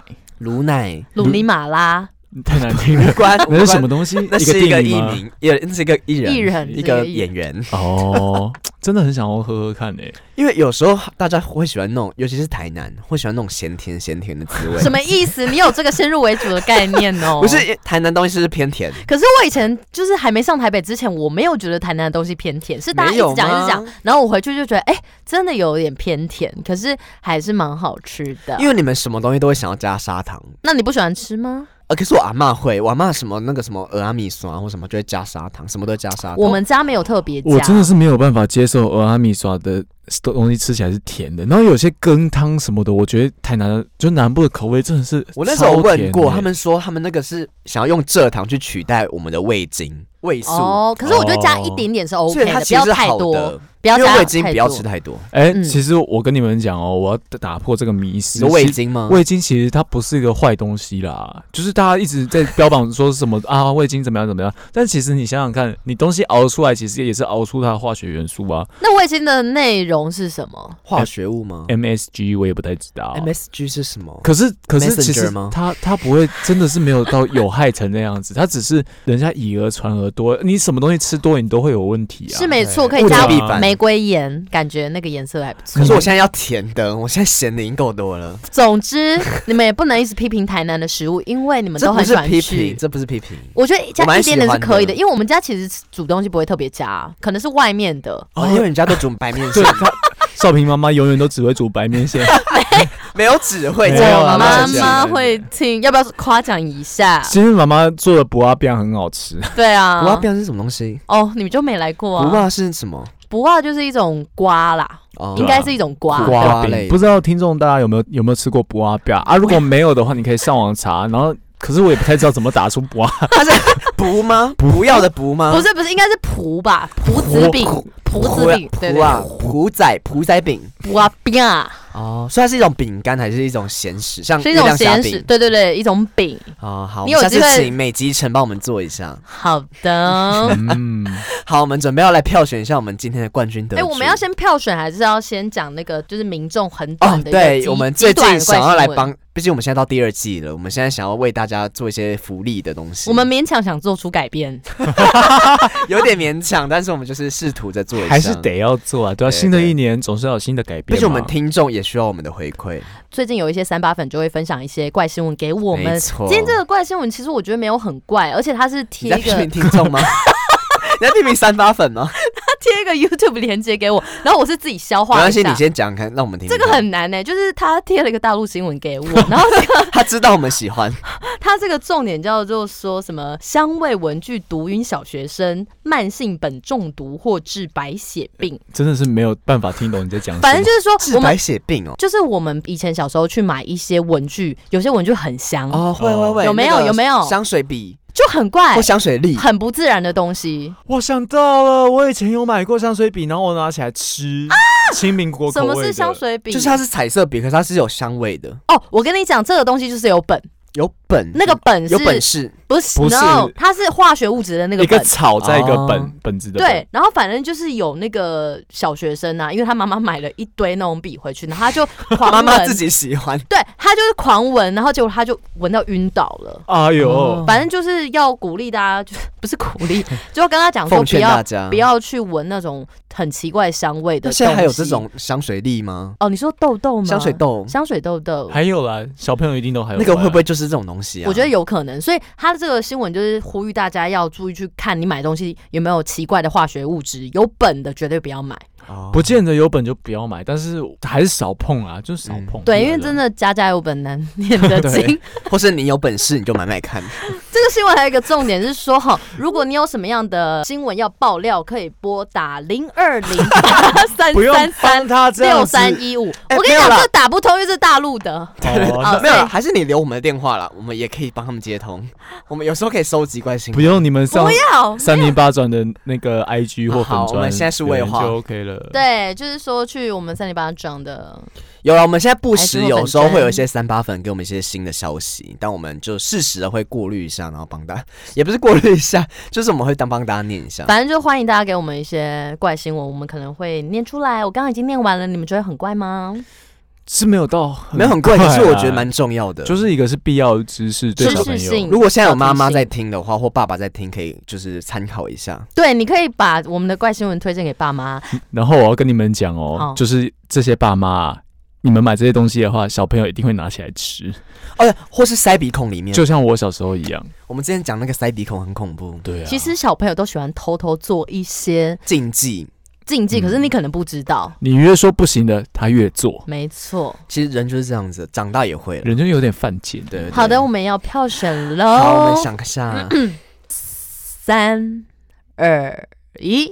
S2: [laughs]
S3: 卤奶
S1: 鲁尼马拉
S2: 太难听
S3: 无，
S2: 了
S3: 关，
S2: [laughs] 那
S3: 无关
S2: 是什？么东西？
S3: [laughs] 那是一个
S2: 电
S3: 艺
S2: 影吗？
S3: 名，也那是一个艺人，
S1: 艺人
S3: 一个演员。
S2: 哦，真的很想要喝喝看诶、
S3: 因为有时候大家会喜欢那种，尤其是台南，会喜欢那种咸甜咸甜的滋味。
S1: 什？么意思？你有这个先入为主的概念哦？
S3: [laughs] 不是，因为台南东西是偏甜，
S1: 可是我以前就是还没上台北之前，我没有觉得台南的东西偏甜，是大家一
S3: 没有
S1: 直讲一直
S3: 吗
S1: 讲，然后我回去就觉得，哎、真的有点偏甜，可是还是蛮好吃的
S3: 因。为你们什么东西都会想要加砂糖。
S1: 那你不喜欢吃吗？
S3: 呃，可是我阿嬷会，我阿嬷什么那个什么俄阿米酸啊或什么就会加砂糖，什么都会加砂糖。
S1: 我们家没有特别加，
S2: 我真的是没有办法接受俄阿米刷的东西吃起来是甜的，然后有些羹汤什么的，我觉得台南就南部的口味真的是
S3: 我那时
S2: 超
S3: 候问
S2: 甜
S3: 过，
S2: 欸
S3: 他们说他们那个是想要用蔗糖去取代我们的味精、味素，
S1: 哦，可是我觉得加一
S2: 哦
S1: 点点是
S3: 所
S1: OK
S3: 以它
S1: 的，不
S3: 其实
S1: 要
S3: 是
S1: 太
S3: 好
S1: 多，
S3: 的。
S1: 不要
S3: 因
S1: 加
S3: 为味精
S1: 太
S3: 不要
S1: 多
S3: 吃太多。
S2: 哎、
S1: 嗯
S2: 其实我跟你们讲哦，我要打破这个迷
S3: 你
S2: 思。
S3: 说味
S2: 其
S3: 精啊吗？
S2: 味精其实它不是一个坏东西啦，就是大家一直在标榜说什么啊味精怎么样怎么样，但其实你想想看，你东西熬出来其实也是熬出它的化学元素啊。
S1: 那味精的内容是什么？
S3: 化学物吗
S2: 哎 MSG 我也不太知道。啊
S3: ？MSG 是什么？
S2: 可是可是
S3: Messenger
S2: 其实
S3: 吗
S2: 它它不会真的是没有到有害成那样子，它只是人家以讹传讹多，你什么东西吃多你都会有问题啊。
S1: 是没错，可
S3: 对
S1: 以加
S2: 物极必
S3: 反
S1: 玫瑰盐，感觉那个颜色还不错
S3: 可。是我现在要甜的，我现在咸的已经够多了。
S1: [laughs] 总之，你们也不能一直批评台南的食物，因为你们
S3: 这
S1: 都
S3: 不
S1: 很喜
S3: 是
S1: 欢
S3: [laughs] 批
S1: 吃
S3: 评，。这不是批评。
S1: 我觉得加
S3: 我蛮
S1: 一点点
S3: 喜
S1: 是
S3: 欢的
S1: 可以的，因为我们家其实煮东西不会特别加，可能是外面的。
S3: 哦，因为人家都煮白面
S2: 对
S3: 线，
S2: 它，少平妈妈永远都只会煮白面线。
S3: 没有只会。
S2: 没
S3: 只有
S2: 有
S1: 我
S2: 啊
S3: 妈
S1: 妈
S3: 妈
S2: 这样
S1: 妈
S3: 讲的
S1: 会听，要不要夸奖一
S3: [laughs]
S1: 下？
S2: 其实妈妈做的不阿饼很好吃，
S1: 对
S3: 不辣
S1: 啊，
S3: 变是什么东西？
S1: 哦，你们就没来过
S3: 不
S1: 啊？
S3: 辣是什么？
S1: 不辣就是一种瓜啦，
S3: 哦
S1: 应该是一种瓜。
S3: 瓜
S2: 阿
S3: 啊类
S2: 不知道听众大家有没有有没有吃过不阿饼啊？如果没有的话，你可以上网查。然后，可是我也不太知道怎么打出啊不阿，
S3: 它是 [laughs] 不吗？不要的不吗？
S1: 不是不是，应该是葡吧？
S3: 啊
S1: 葡子饼，葡子饼，对
S3: 葡
S1: 对，
S3: 啊，葡仔葡仔饼
S1: 葡啊饼啊，
S3: 哦，所以它是一种饼干还是一种咸食？像
S1: 是一
S3: 月
S1: 种
S3: 亮虾
S1: 咸食，
S3: 饼
S1: 对对对，一种饼。
S3: 哦，好，
S1: 你
S3: 我们
S1: 有
S3: 下
S1: 机
S3: 次
S1: 会
S3: 请美吉城帮我们做一下。
S1: 好的
S2: [laughs] 嗯，
S3: 好，我们准备要来票选一下我们今天的冠军得
S1: 哎、
S3: 主。
S1: 我们要先票选，还是要先讲那个就是民众很
S3: 哦
S1: 短，的一个极、
S3: 对，我们最
S1: 极短
S3: 近
S1: 的
S3: 想
S1: 怪
S3: 要来
S1: 新闻。
S3: 帮，毕竟我们现在到第二季了，我们现在想要为大家做一些福利的东西。
S1: 我们勉强想做出改变，
S3: [laughs] 有点勉强，但是我们就是试图在做一下。
S2: 还是，得要做啊，对啊，
S3: 对
S2: 新的一年总是要有新的改变嘛。
S3: 毕竟我们听众也需要我们的回馈。
S1: 最近有一些三八粉就会分享一些怪新闻给我
S3: 没
S1: 们。
S3: 错，
S1: 今天这个怪新闻其实我觉得没有很怪，而且它是贴
S3: 你在
S1: 一
S3: 批
S1: 个
S3: 评听
S1: [laughs]
S3: 众吗？你在批评三八粉吗？
S1: 它贴一个 YouTube 连接给我，然后我是自己消
S3: 没
S1: 化
S3: 关
S1: 一
S3: 系，你
S1: 下。
S3: 先讲看，让我们听
S1: 这
S3: 听看。
S1: 个很难呢、欸就是他贴了一个大陆新闻给我，然后
S3: [laughs] 他知道我们喜
S1: [laughs]
S3: 欢，
S1: 他这个重点叫做说什么香味闻具毒晕小学生，慢性苯中毒或致白血病，
S2: 真的是没有办法听懂你在讲什么。
S1: 反正就是说
S3: 治
S1: 我们
S3: 白血病哦。
S1: 就是我们以前小时候去买一些文具，有些文具很香，
S3: 哦，会会会，
S1: 有没有
S3: 那个
S1: 有没有
S3: 香水笔
S1: 就很怪
S3: 或，香水粒？
S1: 很不自然的东西，
S2: 我想到了，我以前有买过香水笔，然后我拿起来吃，清明国口
S1: 什
S2: 味的
S1: 么是香？水笔？
S3: 就是它是彩色笔，可是它是有香味的，
S1: 哦，我跟你讲，这个东西就是有本，
S3: 有本
S1: 那个本是
S3: 有本事，
S1: 不是
S2: 不是
S1: no，它是化学物质的那个
S2: 一个
S1: 本。
S2: 草在一个本、
S3: 哦
S2: 本子的本
S1: 对，然后反正就是有那个小学生啊，因为他妈妈买了一堆那种笔回去，然后他
S3: [laughs]
S1: 就狂
S3: 妈
S1: 闻，
S3: 妈自己喜欢。
S1: 对他就是狂闻，然后结果他就闻到晕倒了。
S2: 哎呦，
S3: 哦
S1: 反正就是要鼓励大家，就是不是鼓
S3: [laughs]
S1: 励，就要跟他讲说
S3: 奉
S1: 哦不
S3: 劝
S1: 要
S3: 大家，
S1: 不。要去闻那种很奇怪香味的
S3: 那
S1: 东西。
S3: 现在还有这种香水粒吗？
S1: 哦？你说痘痘吗？
S3: 香水，豆，
S1: 香水痘痘。
S2: 还有啦，小朋友一定都还有
S3: 那个会不
S2: 会？
S3: 会就是这种东西啊？
S1: 我觉得有可能，所以他这个新闻就是呼吁大家要注意去看你买东西有没有奇怪的化学物质，有本的绝对不要买。
S3: 哦
S2: 不见得有本就不要买，但是还是少碰啊，就是少碰。
S1: 嗯对，因为真
S2: 的
S3: [laughs]
S1: 的家家有本难念的
S2: 对
S1: 经。
S3: 或是你有本事你就买买看。
S1: 这个个新闻还有一个重点是说，哈，如果你有什么样的新闻要爆料，可以拨打零二零八三
S2: 不用
S1: 三
S2: 帮 [laughs]
S1: 三
S2: 他这样
S1: 六
S2: 子
S1: 三一五。
S3: 哎
S1: 我跟你
S3: 没有
S1: 讲，
S3: 啦
S1: 这打不通，因为这是大陆的。
S2: 哦
S1: 啊
S2: 那
S3: 没有
S1: 所
S3: 啦，
S1: 以
S3: 还是你留我们的电话啦，我们也可以帮他们接通。我们有时候可以收集关心
S2: 不。用你们上
S1: 不要，
S2: 三零八转的那个 IG 或粉
S3: 好
S2: 砖，
S3: 我们现在是为
S2: 留言
S3: 话
S2: 就 OK 了。，
S1: 对，就是说去我们三零八装的，
S3: 有了，我们现在不时
S1: 还是我
S3: 有
S1: 粉
S3: 时候
S1: 专
S3: 会有一些三八粉给我们一些新的消息，但我们就适时的会过滤一下，然后帮大家，也不是过滤一下，就是我们会当帮大家念一下。
S1: 反正就欢迎大家给我们一些怪新闻，我们可能会念出来。我刚刚已经念完了，你们觉得很怪吗？
S2: 是没有到
S3: 没有很贵，可
S2: 啊
S3: 是我觉得蛮重要的。
S2: 就是一个是必要的知识，对
S1: 知
S2: 小
S1: 识
S2: 朋
S1: 性
S2: 友。
S3: 如果现在有妈妈在
S1: 小
S3: 听的话，或爸爸在听，可以就是参考一下。
S1: 对，你可以把我们的怪新闻推荐给爸妈。
S2: 然后我要跟你们讲哦
S1: 好，
S2: 就是这些爸妈啊，你们买这些东西的话，小朋友一定会拿起来吃，
S3: 哦，或是塞鼻孔里面，
S2: 就像我小时候一样。
S3: 我们之前讲那个塞鼻孔很恐怖，
S2: 对啊，
S1: 其实小朋友都喜欢偷偷做一些
S3: 禁忌。
S1: 禁
S2: 嗯
S1: 忌，可是你可能不知道。
S2: 你越说不行的，他越做，
S1: 没错，
S3: 其实人就是这样子，长大也会了。
S2: 人就有点犯贱。
S3: 对，对
S1: 好的，我们要票选喽。
S3: 好，我们想一下，
S1: [clears throat] 三二一，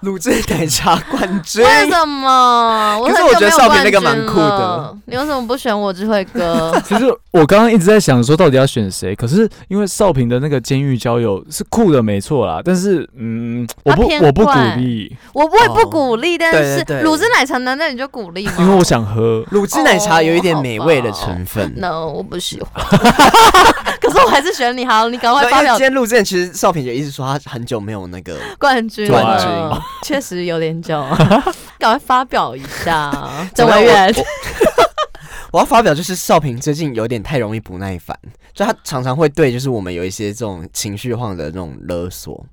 S3: 乳制奶茶冠军。
S1: 为什么？
S3: 可是
S1: 很
S3: 我
S1: 久
S3: 觉得
S1: 没有
S3: 少平那个
S1: 冠军
S3: 蛮酷的
S1: 了。你为什么不选我智慧哥？
S2: 其实我刚刚一直在想说，到底要选谁？可是因为少平的那个监狱交友是酷的，没错啦。但是，嗯，我不
S1: 他偏
S2: 我不鼓
S1: 怪
S2: 励，
S1: 我我也
S3: 哦
S1: 不鼓励，但
S3: 对
S1: 是
S3: 对对
S1: 乳汁奶茶难道你就鼓励吗？
S2: 因为我想喝。
S3: 乳制奶茶有一点美味的
S1: 哦
S3: 成分。
S1: ，no，我不喜欢。 [laughs] 可是我还是选你好，你赶快
S3: [laughs] 对
S1: 发
S3: 因为
S1: 表
S3: 今天录之前，其实少平也一直说他很久没有那个，
S1: 冠军
S2: 冠
S1: 了，确实有点久，
S3: [laughs]
S1: 赶快发表一下，郑
S3: 怎么
S1: 委
S3: 样
S1: 员。
S3: 我我要发表就是少平最近有点太容易不耐烦，就他常常会对就是我们有一些这种情绪化的那种勒索，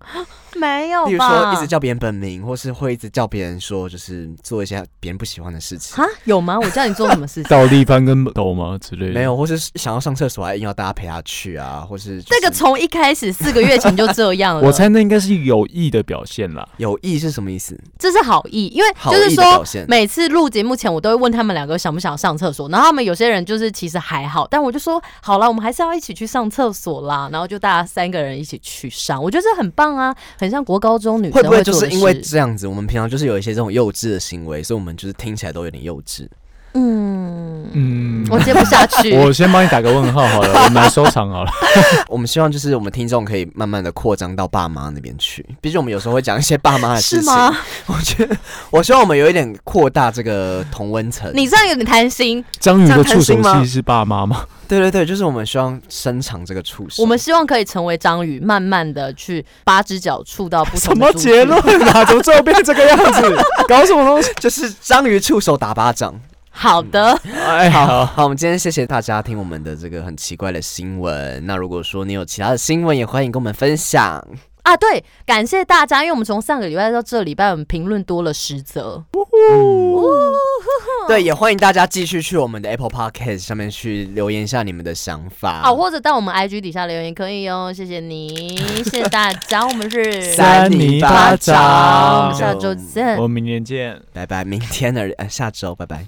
S1: 没有
S3: 例如说
S1: 吧？
S3: 一直叫别人本名，或是会一直叫别人说就是做一些别人不喜欢的事情，
S1: 哈，有吗？我叫你做什么事情？
S2: 倒立翻跟斗
S1: [laughs]
S2: 吗之类的？
S3: 没有，或是想要上厕所还硬要大家陪他去啊，或是 [laughs] 就
S1: 这个
S3: 是
S1: 从一开始四个月前就这样了，
S2: 我猜那应该是有意的表现啦。
S3: 有意是什么意思？
S1: 这是好意，因为
S3: 好
S1: 就是
S3: 意
S1: 说
S3: 的表现。
S1: 每次录节目前，我都会问他们两个想不想上厕所，然后他们有些人就是其实还好，但我就说好了，我们还是要一起去上厕所啦，然后就大家三个人一起去上，我觉得这很棒啊，很像国高中女
S3: 会
S1: 生
S3: 不会就
S1: 做
S3: 是
S1: 的
S3: 因为
S1: 事
S3: 这样子，我们平常就是有一些这种幼稚的行为，所以我们就是听起来都有点幼稚。 [laughs]
S1: 嗯，
S2: 嗯，
S1: 我接不下去，
S2: 我先帮你打个问号好了，我们来收场好了。
S3: 我们希望就是我们听众可以慢慢的扩张到爸妈那边去，毕竟我们有时候会讲一些爸妈的事
S1: 是
S3: 情。
S1: 吗？？
S3: 我觉得， [laughs] 我希望我们有一点扩大这个同温层。
S1: 你这样有点贪心，
S2: 章鱼
S3: 这样
S2: 的
S3: 贪
S2: 触手
S3: 心吗
S2: 戏是爸妈吗？
S3: 对对对，就是我们希望伸长这个触手。
S1: 我们希望可以成为章鱼，慢慢的去八只脚触到不同
S2: 什
S1: 的
S2: 么
S1: 族
S2: 结
S1: 群
S2: 论啊？怎么最后变成这个样子？搞什么东西？
S3: [laughs] 就是章鱼触手打巴掌。
S1: 好的，
S2: 哎，
S3: 好好，我们今天谢谢大家听我们的这个很奇怪的新闻。那如果说你有其他的新闻，也欢迎跟我们分享。
S1: 啊，对，感谢大家，因为我们从上个礼拜到这礼拜，我们评论多了十则。
S3: 对，也欢迎大家继续去我们的 Apple Podcast 上面去留言一下你们的想法。
S1: 哦，或者到我们 IG 底下留言可以哦，谢谢你，谢谢大家，我们是
S2: 三泥巴掌
S1: 好我们下周见
S2: 我。们明年见。
S3: 拜拜，明天的人呃下周拜拜。